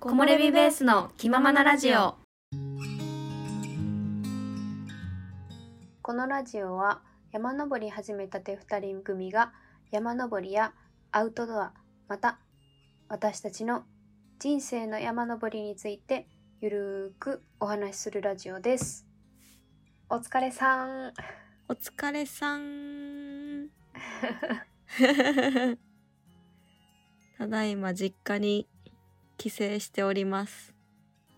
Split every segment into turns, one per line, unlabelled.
木漏れ日ベースの気ままなラジオ
このラジオは山登り始めたて2人組が山登りやアウトドアまた私たちの人生の山登りについてゆるーくお話しするラジオですお疲れさん
お疲れさんただいま実家に帰省しております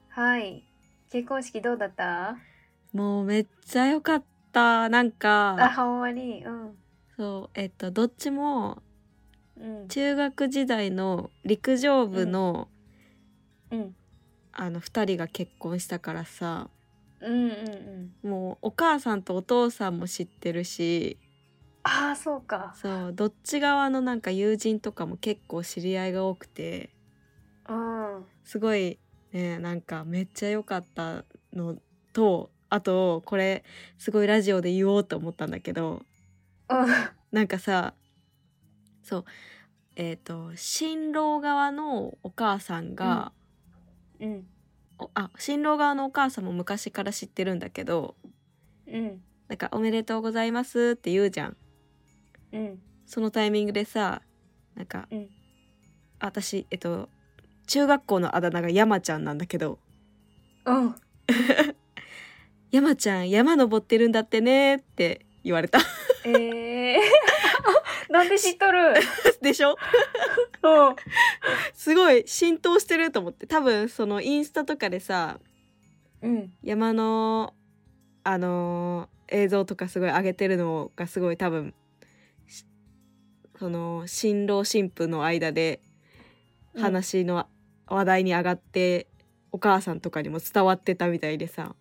はい結婚式どうだった
もうめっちゃ良かったなん
あ
か
ほんまにうん
そうえっとどっちも
うん
中学時代の陸上部の、
うん
あの2人が結婚したからさ
うんうんうん
もうお母さんとお父さんも知ってるし
ああそうか
そうどっち側のなんか友人とかも結構知り合いが多くて
うん
すごいねなんかめっちゃ良かったのとあとこれすごいラジオで言おうと思ったんだけど
うん
なんかさそうえっ、と新郎側のお母さんが、
うん
おあ新郎側のお母さんも昔から知ってるんだけど
うん
なんか「おめでとうございます」って言うじゃん。
うん
そのタイミングでさなんか、
うん
私えっと中学校のあだ名が山ちゃんなんだけど
うん
「山ちゃん山登ってるんだってね」って言われた
ええ なんで知っとる
でしょ
うん
すごい浸透してると思って多分そのインスタとかでさ
うん
山のあのー映像とかすごい上げてるのがすごい多分しその新郎新婦の間で話の話題に上がって、お母さんとかにも伝わってたみたいでさ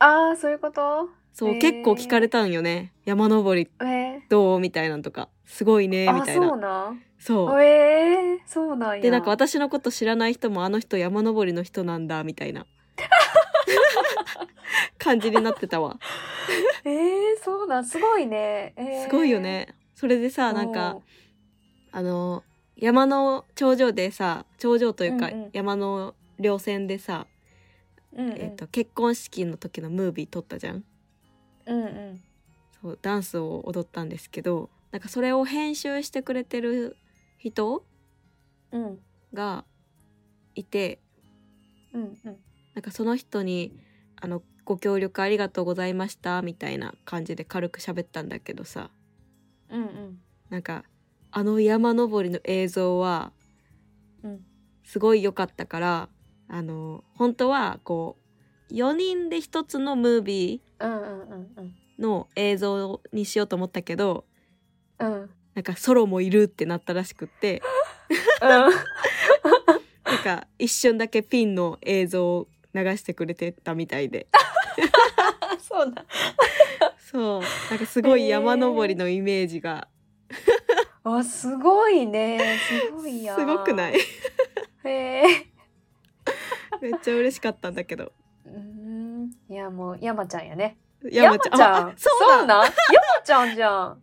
ああそういうこと
そ
へ
う、
ー
結構聞かれたんよね山登り
えー、
どうみたいなんとかすごいねみ
あ
たい
そう
な
なん
そう
えー、そうなんや
でなんか私のこと知らない人もあの人山登りの人なんだみ たいな感じになって たわ
えー、そうなんすごいね、えー
すごいよねそれでさなんかあの山の頂上でさ頂上というか
うんうん
山の稜線でさ、
うんうん
えっと結婚式の時のムービー撮ったじゃん
うんうん
そうダンスを踊ったんですけどなんかそれを編集してくれてる人
うん
がいて
うんうん
なんかその人に「あのご協力ありがとうございました」みたいな感じで軽く喋ったんだけどさ
うんうん
なんかあの山登りの映像は
うん
すごい良かったからあの本当はこう4人で1つのムービ
うんうんうん
ーの映像にしようと思ったけど
うん うん
なんかソロもいるってなったらしくってなんか一瞬だけピンの映像を流してくれてたみたいで
あそうなん
そうなんかすごい山登りのイメージが
あすごいねすごいや
すごくない
へえー
めっちゃ嬉しかったんだけど
うーんいやもう山ちゃんやね。
山ちゃんああそ
そう
うだ
なん。山ちゃんじゃん。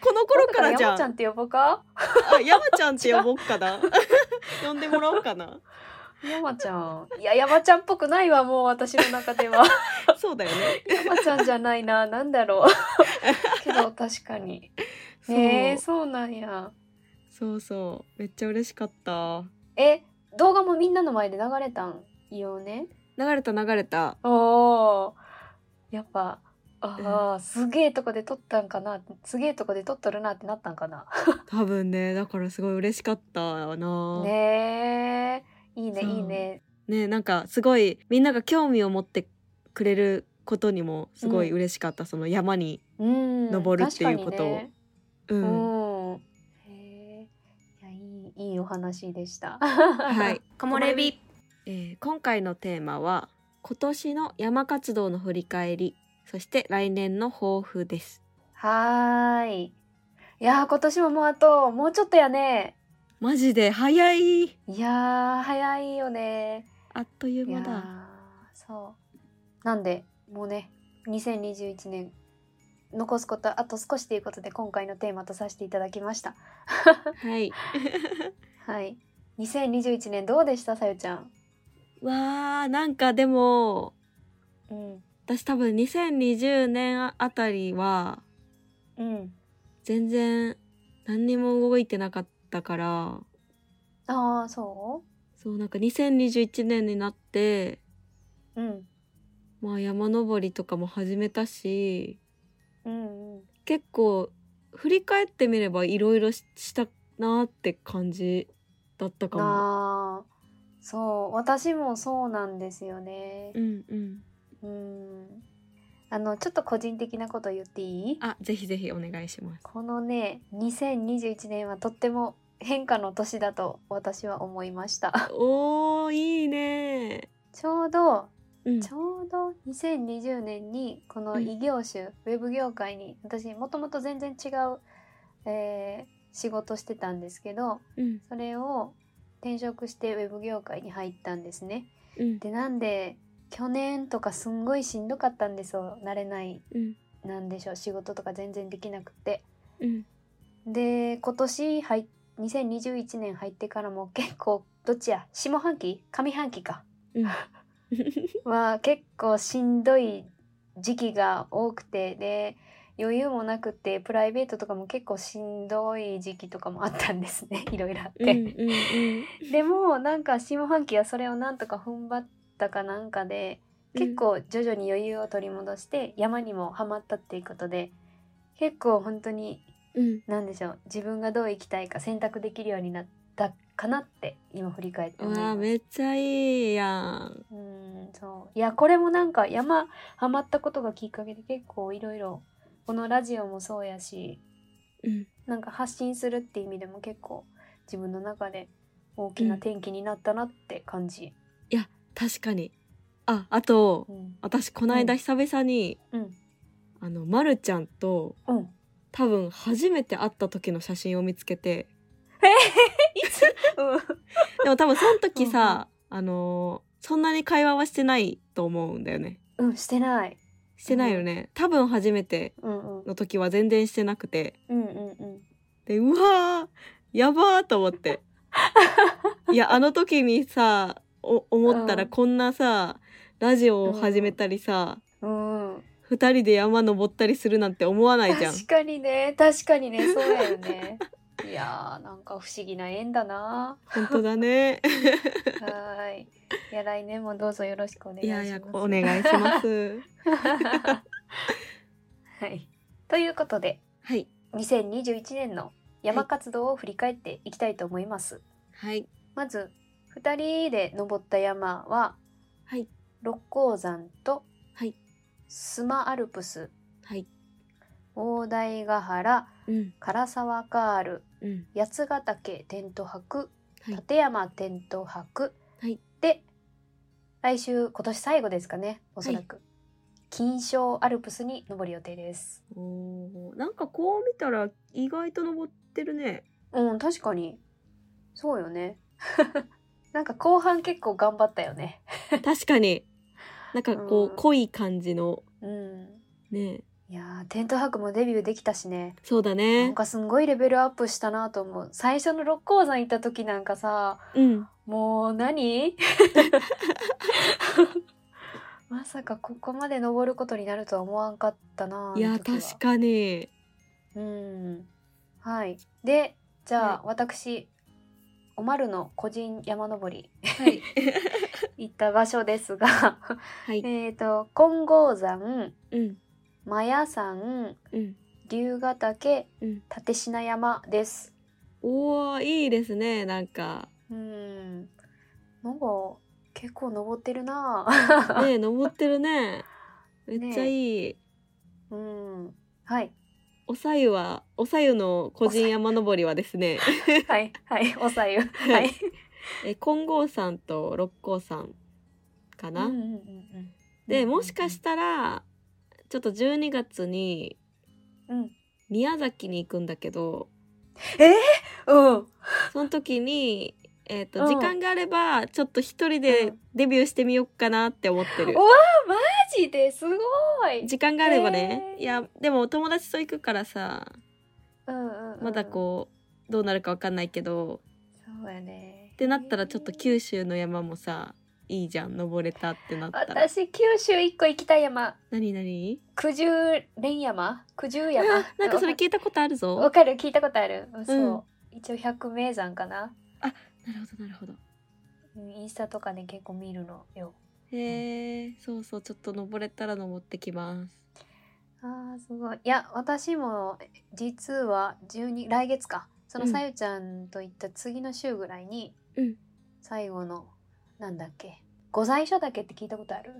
この 頃からじゃ
山ちゃん
ん
って呼ぼうか。
あ山ちゃんって呼ぼっかな 呼んでもらおうかな
山ちゃん。いや山ちゃんっぽくないわもう私の中では。
そうだよね
山ちゃんじゃないな。なんだろう。 けど確かに。
そう
へえそうなんや。
そうそうめっちゃ嬉しかった
え動画もみんなの前で流れたんよね。
流れた流れた
おお。やっぱ。ああ、すげえとこで撮ったんかなすげえとこで撮っとるなってなったんかな
多分ねだからすごい嬉しかったな
ねえいいね
そう
いいね
ねなんかすごいみんなが興味を持ってくれることにもすごい嬉しかった、その山に
うん、
登るっていうことをう
確かにね
ん、
うん、へえいやいいいいお話でした。
は、
はい木
漏れ日えー今回のテーマは今年の山活動の振り返りそして来年の抱負です
はーい。いやー今年ももうあともうちょっとやね。
マジで早い
いやー早いよね。
あっという
いや
間
ー
だ
そう。なんでもうね2021年残すことあと少しということで今回のテーマとさせていただきました。
はい
はい。2021年どうでしたさゆちゃん。
わあなんかでも
うん
私多分2020年あたりは
うん
全然何にも動いてなかったから
ああそ
そうなんか2021年になって
ううん
まあ山登りとかも始めたし
うんうん
結構振り返ってみればいろいろしたなーって感じだったかも。
ああそう私もそうなんですよね
うんうん、
うんあのちょっと個人的なこと言っていい
あぜひぜひお願いします。
このね2021年はとっても変化の年だと私は思いました
おーいいね
ちょうど
うん
ちょうど2020年にこ
う
の
ん
異業種、ウェブ業界に私もともと全然違う、えー仕事してたんですけど
うん
それを転職してウェブ業界に入ったんですね。
うん
でなんで去年とかすんごいしんどかったんですよ慣れない
うん
なんでしょう仕事とか全然できなくて。
うん
で今年入2021年入ってからも結構どっちや下半期上半期か
うん
は結構しんどい時期が多くてで余裕もなくてプライベートとかも結構しんどい時期とかもあったんですね いろいろあっ
うんう
て、
ん うん
でもなんか下半期はそれをなんとか踏ん張ったかなんかで結構徐々に余裕を取り戻して山にもハマったっていうことで結構本当に
うん
なんでしょう自分がどう生きたいか選択できるようになったかなって今振り返って
う
思い
わ
ます
ーめっちゃいいやん。
うんそういやこれもなんか山ハマったことがきっかけで結構いろいろこのラジオもそうやし
うん
なんか発信するって意味でも結構自分の中で大きな転機になったなって感じ。
確かに。ああと
うん
私こないだ
う
久々に、
うん
あのまるちゃんと
うん、
多分初めて会った時の写真を見つけて でも多分その時さ、あのーそんなに会話はしてないと思うんだよね。
うん、うん、してない。
してないよね。多分初めて
うんうん
の時は全然してなくて
うんうんうん。
でうわーやばーと思って いやあの時にさお思ったら
うん
こんなさ、ラジオを始めたりさ、
うん、
二人で山登ったりするなんて思わないじゃん
確かにね確かにねそうやよねいやーなんか不思議な縁だな
本当だね
はーいいや来年もどうぞよろしくお願い
い
しま
や
す
いや お願いします
はい。ということで、
はい
2021年の山活動を振り返っていきたいと思います。
はい
まず、2人で登った山は、
はい
六甲山と、
はい
スマアルプス、
はい
大台ヶ原、
うん
唐沢カール、
うん
八ヶ岳テント泊、
はい
立山テント泊、
はい
で、来週、今年最後ですかね、おそらく。金賞アルプスに登る予定です。
おーなんかこう見たら意外と登ってるね
うん、確かに。そうよね。 なんか後半結構頑張ったよね。
確かになんかこう、
うん
濃い感じの
うん。
ね
いやー、テント泊もデビューできたしね。
そうだ
なん
ね
かすんごいレベルアップしたなと思う。最初の六甲山行った時なんかさ、
うん
もう何 まさかここまで登ることになるとは思わんかったな。
いや確かに
に。うん。はい。で、じゃあ、
はい
私、おまるの個人山登り
はい
行った場所ですが、
はい
えー、と金剛山
うん
マヤ山
うん
龍ヶ岳
うん
立品山です。
おーいいですねなん か
うんなんか結構登ってるな ぁ
ね登ってるねめっちゃいい、
うんはい
おさゆはおさゆの個人山登りはですね
はいはいおさゆ はい。
え金剛山と六甲山かな、
うんうんうん
でもしかしたらちょっと12月に
うん、うん、
宮崎に行くんだけど
うん
その時に、えーと
うん
時間があればちょっと一人でデビューしてみようかなって思ってる
お、マジですごい、
時間があればね、
へー
いやでも友達と行くからさ
うんうんうん、
まだこうどうなるかわかんないけど
うそうやね
ってなったらちょっと九州の山もさいいじゃん登れたってなったら
私九州一個行きたい山
何何
九十連山九十山
あなんかそれ聞いたことある
わ
ぞ
かる聞いたことあるそう、一応百名山かな
なるほどなるほど
うんインスタとかで結構見るのよ
へえそうそうちょっと登れたら登ってきます
あーすごいいや私も実は12来月かその
うん
さゆちゃんと行った次の週ぐらいに、
うん
最後のなんだっけ御在所岳って聞いたことある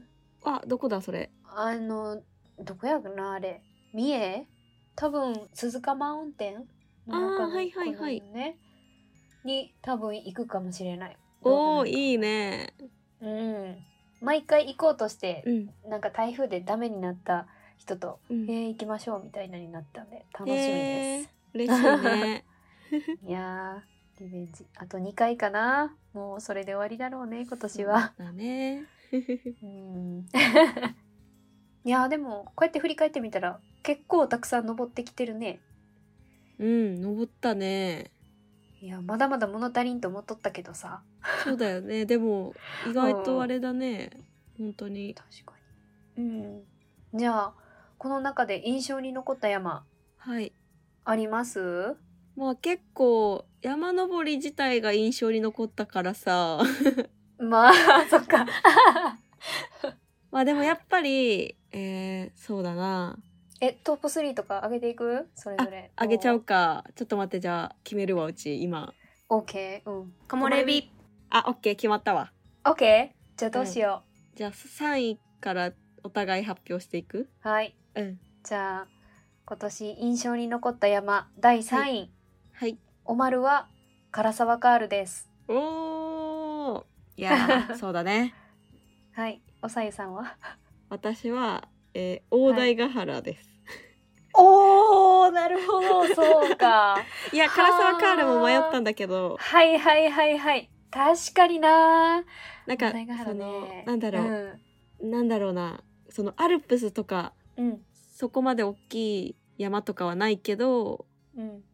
あどこだそれ
あのどこやかなあれ三重多分鈴鹿マウンテンの中
あーはいはいはい
この辺ねに多分行くかもしれない
おー
い
いいね
うん毎回行こうとして
う、ん
なんか台風でダメになった人と
うん
えー、行きましょうみたいなになったんで楽しみ
へ
で
ー嬉しい ね
す。いやーリベンジあと2回かなもうそれで終わりだろうね今年は。
そうだね
うん いやーでもこうやって振り返ってみたら結構たくさん登ってきてるね。
うん登ったね
いやまだまだ物足りんと思っとったけどさ
そうだよね でも意外とあれだね本当に
確かに。うんじゃあこの中で印象に残った山
はい
あります
まあ結構山登り自体が印象に残ったから さ
まあ そっか。
まあでもやっぱりえー、そうだな
えトップ3とか上げていくそれぞれ。
あげちゃおうかちょっと待ってじゃあ決めるわうち今
オーケー、うん。カ
モレビ。あオッケー決まったわ
オッケー。じゃあどうしよ
じゃあ3位からお互い発表していく
う。はい。
うん
じゃあ今年印象に残った山第3位、
ははい
おまるは唐沢カールです。
おーいや ーそうだね
はい。おさゆさんは。
私は、えー、大台ヶ原です、
おお、なるほど、そうか。
い、や唐沢カールも迷ったんだけど
はいはいはいはい。確かにな。
なんか、
お題があ
そ
る
の
ね
なんだろう、なんだろうなそのアルプスとか
うん。うん。
そこまで大きい山とかはないけど
うん。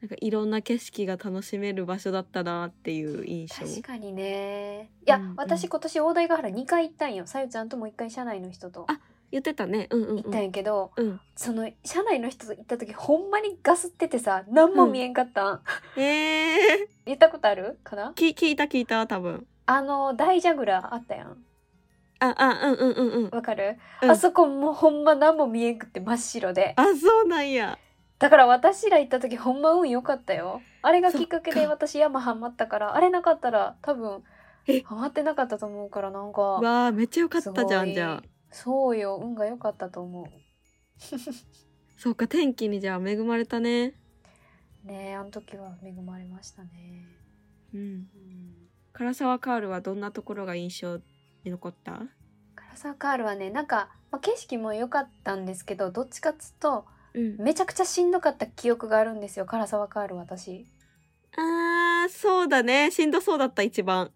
なんかいろんな景色が楽しめる場所だったなっていう印象
確かにね。いや、
うんうん
私今年大台ヶ原2回行ったんよ。さゆちゃんとも1回社内の人と
あ言ってたねうんう
行っ
ん
たん
う
やけど、
ん、うん、
その社内の人と行った時ほんまにガスっててさ何も見えんかったん、
え
言ったことあるかな
ー、き聞いた聞いた多分
あの大ジャグラーあったやん
ああうんうんうんうん
わかる、
うん
あそこもうほんま何も見えんくって真っ白で
あそうなんや
だから私ら行った時ほんま運良かったよあれがきっかけ
そっ
で
か
私山ハマったからあれなかったら多分
え
ハマってなかったと思うからなんか
わあめっちゃ良かっ
す
た
ごい
じゃんじゃあ
そうよ運が良かったと思う
そうか天気にじゃあ恵まれたね
ねえあの時は恵まれましたね、
うん
うん
唐沢カールはどんなところが印象に残った
カラサカールはねなんか、まあ景色も良かったんですけどどっちかっつうと
うん
めちゃくちゃしんどかった記憶があるんですよ唐沢カール 私
あーそうだねしんどそうだった一番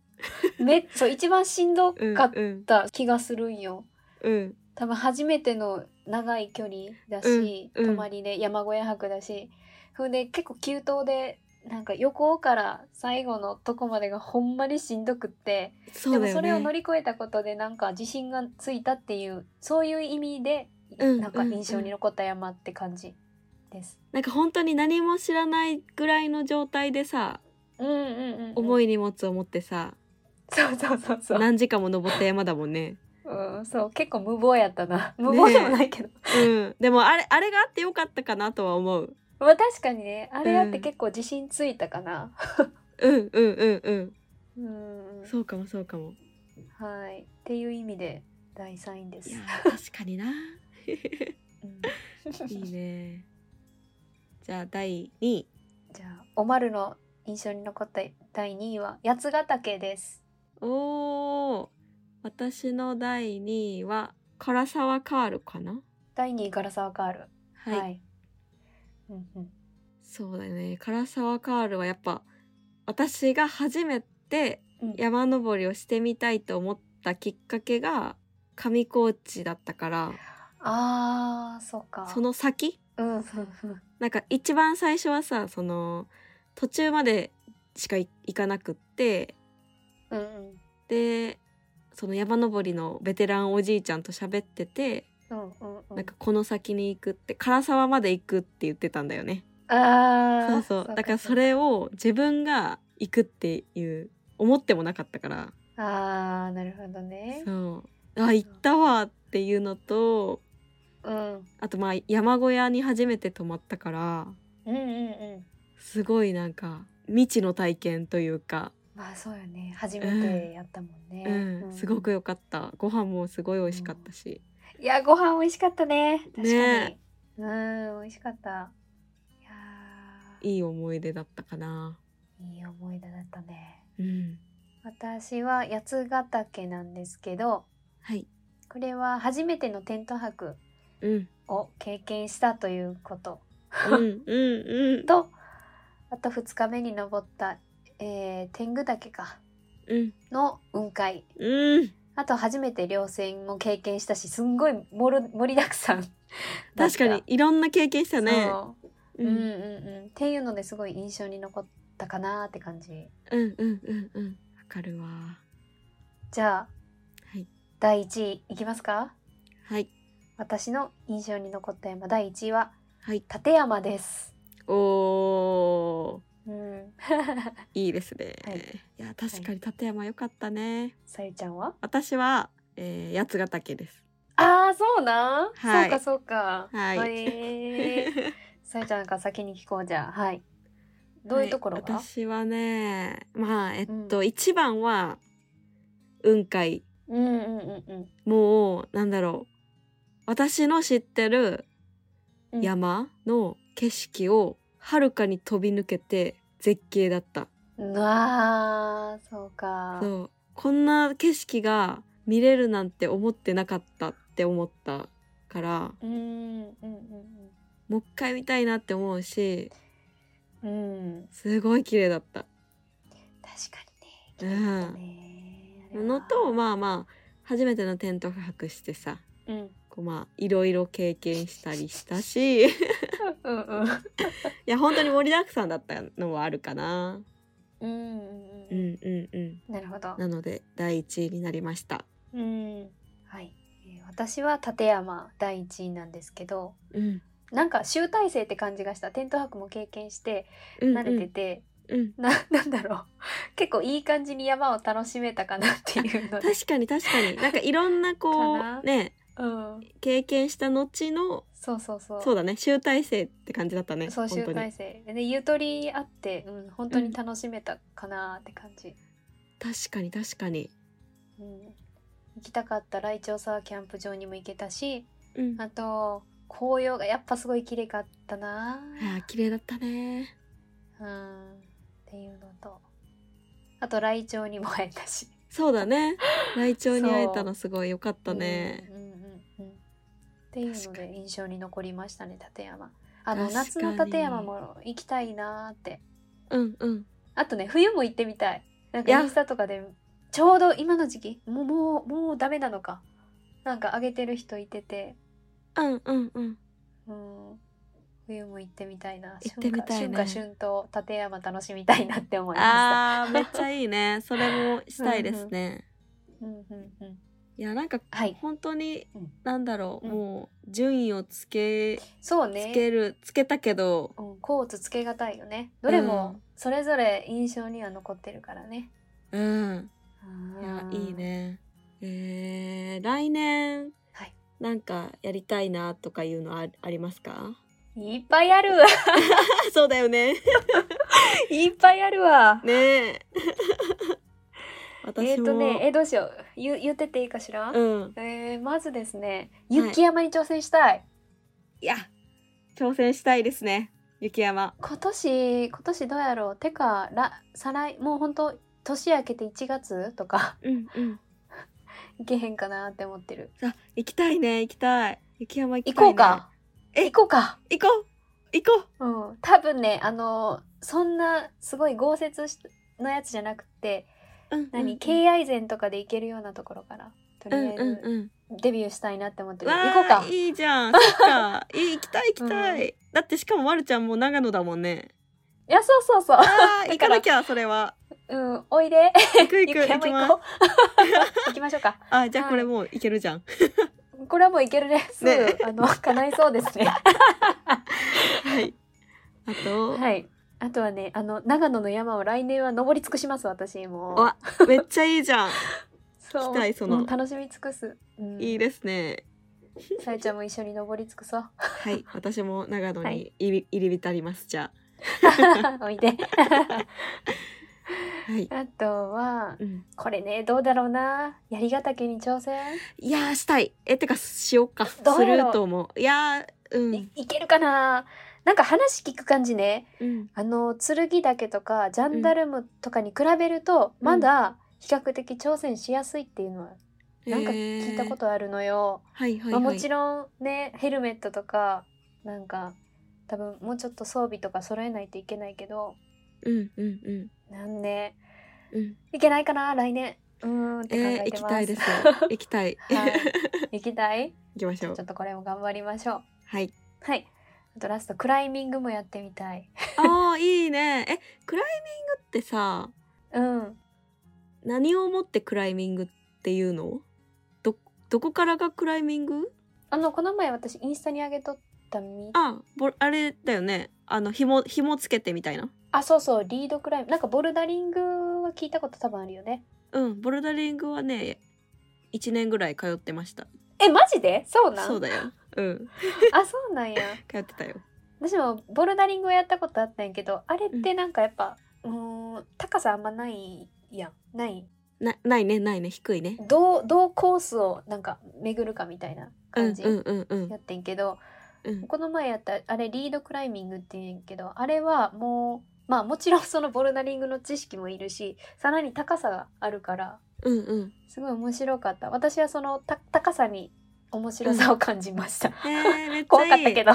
めっそう一番しんど
うん
かっ
うん
た気がするんよ
うん
多分初めての長い距離だし、
うんうん
泊まりで山小屋泊だしほんで結構急登でなんか横から最後のとこまでがほんまにしんどくって、
そ
で
う
も
だよ
それを乗
ね
り越えたことでなんか自信がついたっていうそういう意味で、
うん
なんか印象に残った山って感じです。
なんか本当に何も知らないぐらいの状態でさ
うんうんうん、
重
い
い荷物を持ってさ
そうそうそうそう、
何時間も登った山だもん ね
うん、そう結構無謀やったな無謀でもないけど、
うんでもあれあれがあってよかったかなとは思う
まあ確かにねあれあって結構自信ついたかな。
うんうんうんうん
うん、うん
そうかもそうかも
はいっていう意味で第3位です
いや。ー確かにな
うん
いいねじゃあ第2位
じゃあおまるの印象に残った第2位は八ヶ岳です。
おー私の第2位は唐沢カールかな
第2位ガラサワカール。
はい、
はい、うんうん
そうだね唐沢カールはやっぱ私が初めて
うん
山登りをしてみたいと思ったきっかけが上高地だったから
あーそうか
その先
うんうんうん
なんか一番最初はさその途中までしかい行かなくって
うんうん
でその山登りのベテランおじいちゃんと喋ってて
うんうんうん
なんかこの先に行くって唐沢まで行くって言ってたんだよね
あ
そ
あ
うそうだからそれを自分が行くっていう思ってもなかったから
ああなるほどね
そうあ行ったわっていうのと
うん
あとまあ山小屋に初めて泊まったから
うんうんうん
すごいなんか未知の体験というか、
まあそうよね初めてやったもんね、
うん、すごく良かったご飯もすごい美味しかったし、
いやご飯美味しかったね確かに、
ね
うん美味しかったいやー
いい思い出だったかな。
いい思い出だったね
うん、
私は八ヶ岳なんですけど
はい、
これは初めてのテント泊
うん、
を経験したということ
うん、うん、うん、
とあと2日目に登った、えー天狗岳か
うん、
の雲海
うん、
あと初めて稜線を経験したしすんごい盛る盛りだくさんだった
確かにいろんな経験したね。
そう
う
うんうん
ん、
うんっていうのですごい印象に残ったかなって感じ
うん、うん、うん、うん、わかるわ。は
じゃあ
い、
第1位いきますか
はい、
私の印象に残った山第1位は
はい、
立山です。
おー、
うん。
いいですね。
はい
い、や、確かに立山良かったね。
さゆちゃんは？
私は、えー、八ヶ岳です。
ああ、そうなん、
はい
そうかそうか。
はい
えーさゆちゃんから先に聞こうじゃあ。はい。どういうところが？
は
はい
私はねまあえっと、一番は雲海
うんうんうん
もうなんだろう私の知ってる
うん。
山の景色をはるかに飛び抜けて絶景だった、
うん。ああ、そうか。
そうこんな景色が見れるなんて思ってなかったって思ったから
うんうんうん
もう一回見たいなって思うし
うん。うん。
すごい綺麗だった
確か
う
にね。
ん
だねあれは
のとまあまあ初めてのテント泊してさ
うん
こうまあいろいろ経験したりし たしい
うんうん
や本当に盛りだくさんだったのはあるかな
うんうんう
う
ん
んうんうん
なるほど
なので第一位になりました
うんはいえー私は立山第一位なんですけど
うん
なんか集大成って感じがしたテント泊も経験して
うんう
慣れて
ん
て、
うん
な なんだろう結構いい感じに山を楽しめたかなっていうので、
確かに確かになんかいろんなこ
かな
うね
うん、
経験した後の
そうそうそう
そうだね集大成って感じだったね
そう
本
集
当
大
に
成で、ね、ゆとりあって、うん、本当に楽しめたかなって感じ、
確かに確かに
うん行きたかった来鳥沢キャンプ場にも行けたし
うん
あと紅葉がやっぱすごい綺麗かったな
あー綺麗だったね
うんっていうのとあと来鳥にも会えたし
そうだねライチョウに会えたのすごい良かったね
うんうんうんうん。っていうの
確か
で印象に残りましたね立山。あの
確かに
夏の立山も行きたいなーって。
うんうん
あとね冬も行ってみたい。なん
い
か
や
インスタとかでちょうど今の時期もうもうもうダメなのか。なんか上げてる人いてて、
うんうんうん
うん。冬も行ってみたいな。
行ってみたいね
春夏春夏春と立山楽しみたいなって思いました。
あーめっちゃいいねそれもしたいですね
うんうんうん。
いやなんか
はい。
本当に
うん
なんだろう、
うん
もう順位をつけ
そう
つ
ね。
けるつけたけど
うん、コーツつけがたいよね。どれもそれぞれ印象には残ってるからね。
うんいや
あー
いい。ねえー、来年、
はい
なんかやりたいなとかいうのあありますか
いっぱいあるわ。
そうだよ ね
いっぱいあるわ。
ね え
えっ、
私
ー、
も、
とね、えどうしよう。言う言ってていいかしら。
うん
えー、まずですね、
はい
雪山に挑戦したい。
いや挑戦したいですね雪山
今年今年どうやろう。てから再来もう本当年明けて1月とか
うんうん
行けへんかなって思ってる。
あ行きたいね行きたい雪山行き
行
たい、ね、
こうか。
え
行こうか。
行こう行こ
うん。多分ね、あのそんなすごい豪雪しのやつじゃなくて、
う、うんうんうん、
何、敬愛膳とかで行けるようなところからとり
う
あ
ん
えず。
うんうん
デビューしたいなって思ってる。
わあ
行こうか。
いいじゃんそっかいい行きたい行きたい、だってしかもまるちゃんも長野だもんね
いや、そうそうそう。
あー
だ
行
か
からなきゃそれは
うん、おいで。
行く行
雪
く行
山
き
行
ます
こう。行 きましょうか。
あじゃあ
はい
これもういけるじゃん、
これはもういけるね。すぐ、
ね
あ の、叶いそうですね。
はいあと、
はい。あとはね、あの、長野の山を来年は登り尽くします、私もう。
わ めっちゃいいじゃん
そう
来たいその
うん楽しみ尽くす。うん、
いいですね
さえちゃんも一緒に登り尽くそう。
はい私も長野
は
に
い
入り入り浸りますじゃ
おいで。
あはい、
あとは、
うん、
これね、どうだろうな。槍ヶ岳に挑戦。
いやーしたいえてかしようかす
どうやろう
ると思ういやーう
い
ん、
いけるかな。なんか話聞く感じね。
うん、
あの、剣岳とか、ジャンダルムとかに比べると、
うん
まだ比較的挑戦しやすいっていうのは、なんか聞いたこ
えー
とあるのよ。
はいはい
ま
は
あ、
い、
もちろんねヘルメットとかなんか多分もうちょっと装備とか揃えないといけないけど
うんうんうん
なんで
うん
いけないかな来年うーんって考
えー、
え
行
て
き
ます、
たいです行きたい、
はい、行きた い
行きまし
ち
ょ
ょ
う
っとこれも頑張りましょう
はい
はいあとラストクライミングもやってみたい
あーいいねえクライミングってさ
うん
何をもってクライミングっていうのどどこからがクライミング
あのこの前私インスタに上げとったみ
あぼあれだよねあの紐紐つけてみたいな
あそうそうリードクライムなんかボルダリングは聞いたこと多分あるよね
うんボルダリングはね1年ぐらい通ってました
えマジでそうなん
そうだようん
あそうなんや
通ってたよ
私もボルダリングをやったことあったんやけどあれってなんかやっぱ、うーん高さあんまないやんない
なないねないね低いね
どうどうコースをなんか巡るかみたいな
うんう
感
ん
じ
うんうん
やってんけど、
うん
この前やったあれリードクライミングって言うんやけどあれはもうまあもちろんそのボルダリングの知識もいるしさらに高さがあるから
うんうん
すごい面白かった私はそのた高さに面白さを感じました、
えー、めっちゃいい
怖かったけど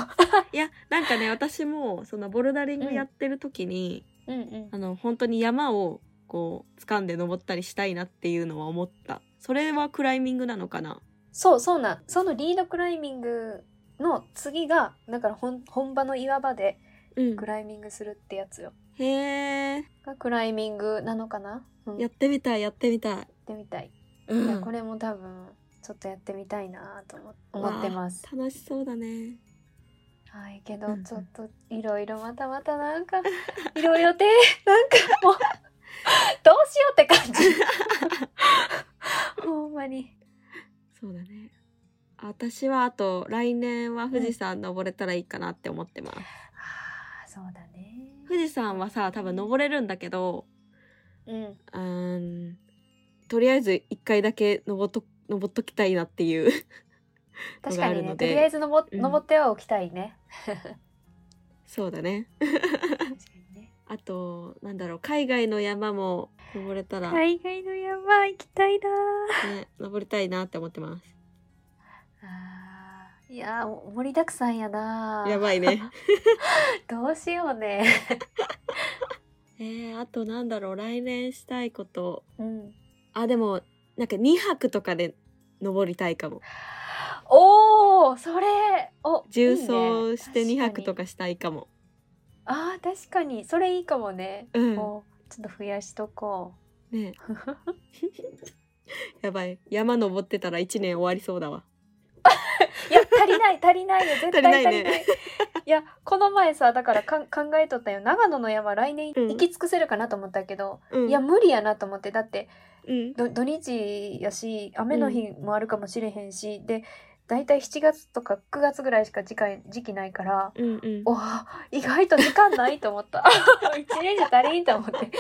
いやなんかね私もそのボルダリングやってる時に、
うんうん
あの本当に山をこう掴んで登ったりしたいなっていうのは思ったそれはクライミングなのかな
そうそうなんそのリードクライミングの次がだから本本場の岩場で
うん
クライミングするってやつよ、
へえ
がクライミングなのかな、うん、
や
や
っ
って
みたいやってみたい,、
てみたい、
う
いやこれも多分ちょっとやってみたいなと思思ってます
わあ楽しそうだね
はいけ
うん
ど
うん
ちょっといろいろまたまたなんかいろいろで なんかもうどうしようって感じほんまに
そうだね私はあと来年は富士山登れたらいいかなって思ってます、
あーそうだね
富士山はさ多分登れるんだけど
うん
うーんとりあえず一回だけ登っと登っときたいなっていう
確かに
のがある
ね
ので
とりあえず登
うん
登ってはおきたいね、
そうだね
確かにね
あとなんだろう海外の山も登れたら、ね
海外の山行きたいな
登りたいなって思ってます
あーいやーお盛りだくさんやな
やばい ね
どうしよう ね
えー、あとなんだろう来年したいこと
うん
あでもなんか2泊とかで登りたいかも
おおそれお
重走して
いいね
2泊と
確
かしたいかも
かにあー確かにそれいいかもね、おちょっと増やしとこ
うんね やばい山登ってたら1年終わりそうだわ
ういや足りない足りない よ絶対足りない
足りないね
いやこの前さだからかん考えとったよ長野の山来年
うん
行き尽くせるかなと思ったけど、
うん
いや無理やなと思ってだって
うん
ど土日やし雨の日もあるかもしれへんし、で大体7月とか9月ぐらいしか時間時期ないから
うんうん
おー意外と時間ないと思った 一年じゃ足りんと思って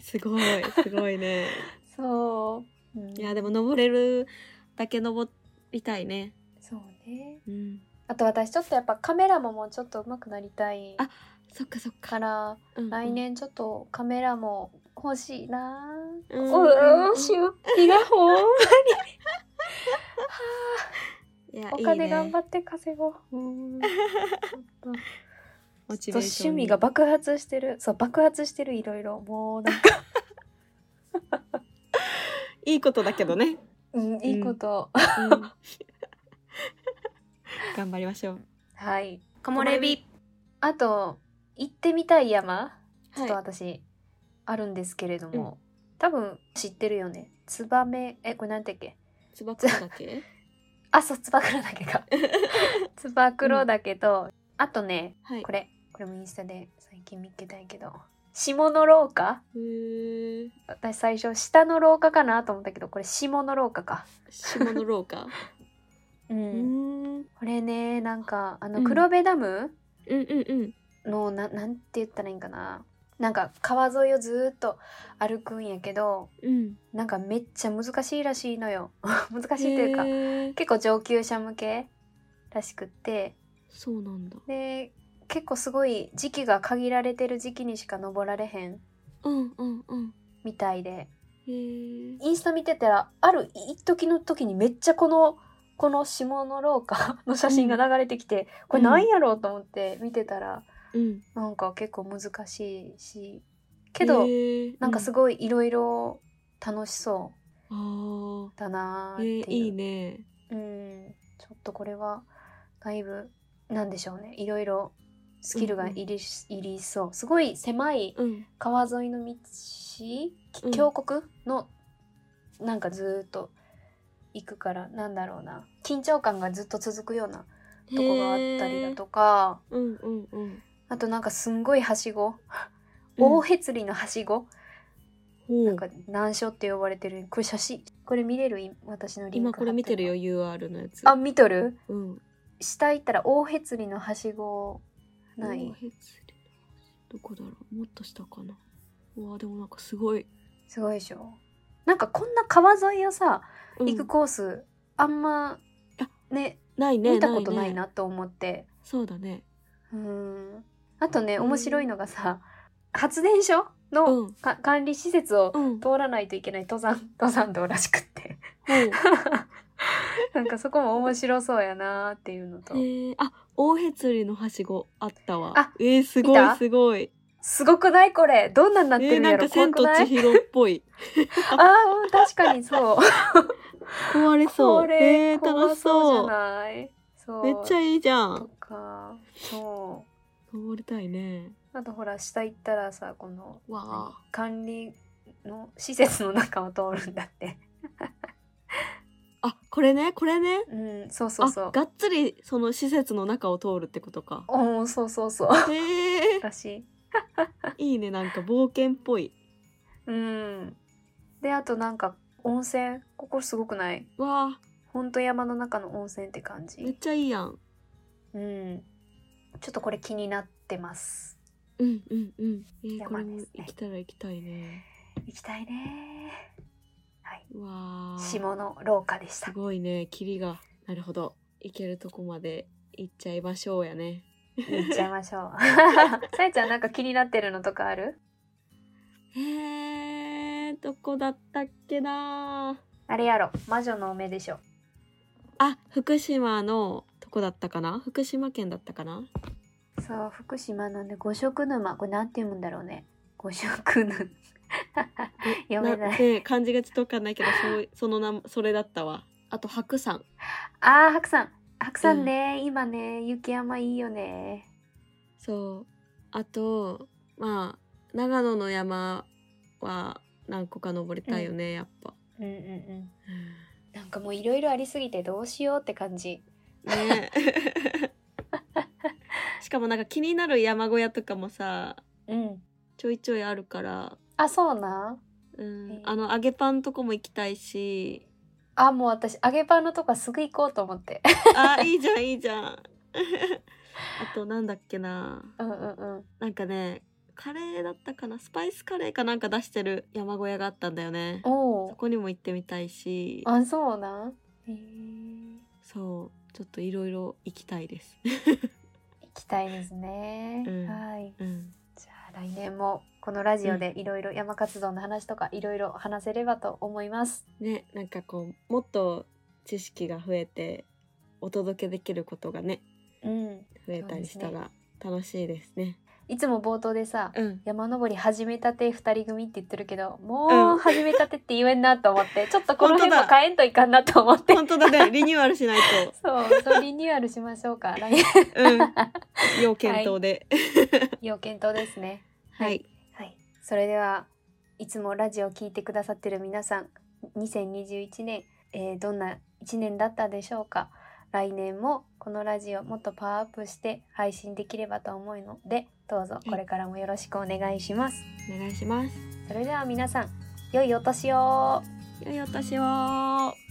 すごいすごい ね
そう、
いやでも登れるだけ登りたいね
そうね
うん
あと私ちょっとやっぱカメラももうちょっと上手くなりたい
あそっかそっか、
から
うんうん
来年ちょっとカメラも欲しいな
う
うんーん出費がほんま
いや
お金頑張
っ
って稼ごううん
モチ
そ
ベ
う
ーショ
趣
ンに
味が爆発してるそう爆発してるいろいろもうなん か、
いいことだけどね、
うん、いいこと、
うん 頑張りましょう
はい
木
漏れ日あと行ってみたい山ちょっと
は
私、あるんですけれども、多分知ってるよねツバメえこれなんてっけ
つばくだけ
あそうツバクロダケ かツバクロダケと、あとね
はい
これこれもインスタで最近見っけたんやけど下の廊下
へー
私最初下の廊下かなと思ったけどこれ下の廊下か
下の廊下
う、
うんんうん
これねなんかあ
う
の
ん
黒部ダム
うんうん
の、ななんて言ったらいいんかななんか川沿いをずーっと歩くんやけど
うん
なんかめっちゃ難しいらしいのよ 難しいというか
へー
結構上級者向けらしくって
そうなんだ
で結構すごい時期が限られてる時期にしか登られへん
うんうんうん
みたいで
へー
インスタ見てたらある一時の時にめっちゃこのこの下の廊下 の写真が流れてきて、これなんやろうと思って見てたら、
うん
なんか結構難しいしけど、
へー
なんかすごいいろいろ楽しそ
うん
うだな
あ
ーっ
ー
てい
え
う
ー、、いいね
うんちょっとこれはだいぶなんでしょうねいろいろスキルがいり,、いりそうすごい狭い
うん
川沿いの道
うん
峡谷の、なんかずーっと行くからなんだろうな緊張感がずっと続くようなとこがあったりだとか
へーうんうんうん
あとなんかすんごいはしご
うん
大へつりのはしご、
ほう
なんか難所って呼ばれてるこれ写真これ見れるい私のリンク
今これ見てるよ
貼っ
UR のやつ
あ見とる
うん
下行ったら大へつりのはしごな
大
い
へつりどこだろうもっと下かなうわでもなんかすごい、
すごいでしょなんかこんな川沿いをさ
うん
行くコースあんま
あ
ね
ないね
見たことない
ね
なと思って
そうだね
うーんあとね
うん
面白いのがさ発電所の
うん
か管理施設を
う ん
通らないといけない登山登山道らしくって
ほう
なんかそこも面白そうやなっていうのと
へえあ大へつりのはしごあったわ
あ
えー、す
見
ごい
た
すごい
すごくないこれどんなになって
えー、
るん
な
や
ん
ろ、
か千と
怖くな
千
い
尋っぽい
あーうん確かにそう
壊れそう
これ、
えー、
怖
楽し
そう
そう
じゃないそう
めっちゃいいじゃん
とかそう
登りたいね
あとほら下行ったらさこの
わ
管理の施設の中を通るんだって。
ああこれねこれね
うん、そうそうそ
あ
う。
がっつりその施設の中を通るってこ とか
おお、そうそうそう。
へえ
らしい。
いいねなんか冒険っぽい
うん。で、あとなんか温泉、ここすごくない。
わあ
ほんと山の中の温泉って感
めっ
じ。
ちゃいいやん
うん。ちょっとこれ気になってます。
うんうんうんえー、こ
山
れ
で
も
すね
行きたら行きたいね
行きたいね。はい。
うわあ
下の廊下でし
す
た。
ごいね霧がなるほど行けるとこまで行っちゃいましょうやね
行っちゃいましょう。 さやちゃんなんか気になってるのとかある？
へえどこだったっけな
あれやろ。魔女の目でしょ。
あ福島のとこだったかな福島県だったかな
そう福島のね五色沼これなんて読むんだろうね五色沼 読めない
で漢字がちょっとわかんないけどそうその名それだったわあと白山
あー白山白山ね、今ね雪山いいよね
そうあとまあ長野の山は何個か登りたいよね、やっぱ
うんうんうんなんかもういろいろありすぎてどうしようって感じ
ね しかもなんか気になる山小屋とかもさ
うん
ちょいちょいあるから、
あそうなん
うん
へえ
あの揚げパンとこも行きたいし
あもう私揚げパンのとこすぐ行こうと思って
あいいじゃんいいじゃん あとなんだっけな
うんうんうん
なんかねカレーだったかなスパイスカレーかなんか出してる山小屋があったんだよね
お
そ
お
こにも行ってみたいし
あそうなんへー
そうちょっといろいろ行きたいです、
行きたいですね、
うん
はい
うん、
じゃあ来年もこのラジオでいろいろ山活動の話とかいろいろ話せればと思います。
ねなんかこうもっと知識が増えてお届けできることがね
うん。
増えたりしたら楽しいですね
いつも冒頭でさ、
うん
山登り始めたて二人組って言ってるけど、
う
もうん始めたてって言えんなと思 って、ちょっとこの辺も
本当だ
変えんといかんなと思って。
本当だ ねリニューアルしないと
そう、そうリニューアルしましょうか。来年
うん 要検討で
要検討ですね。
はい、
はい。それではいつもラジオを聞いてくださってる皆さん、2021年、えーどんな1年だったでしょうか。来年もこのラジオもっとパワーアップして配信できればと思うので、どうぞこれからもよろしくお願いします。
お願いします
それでは皆さん、良いお年を
良いお年を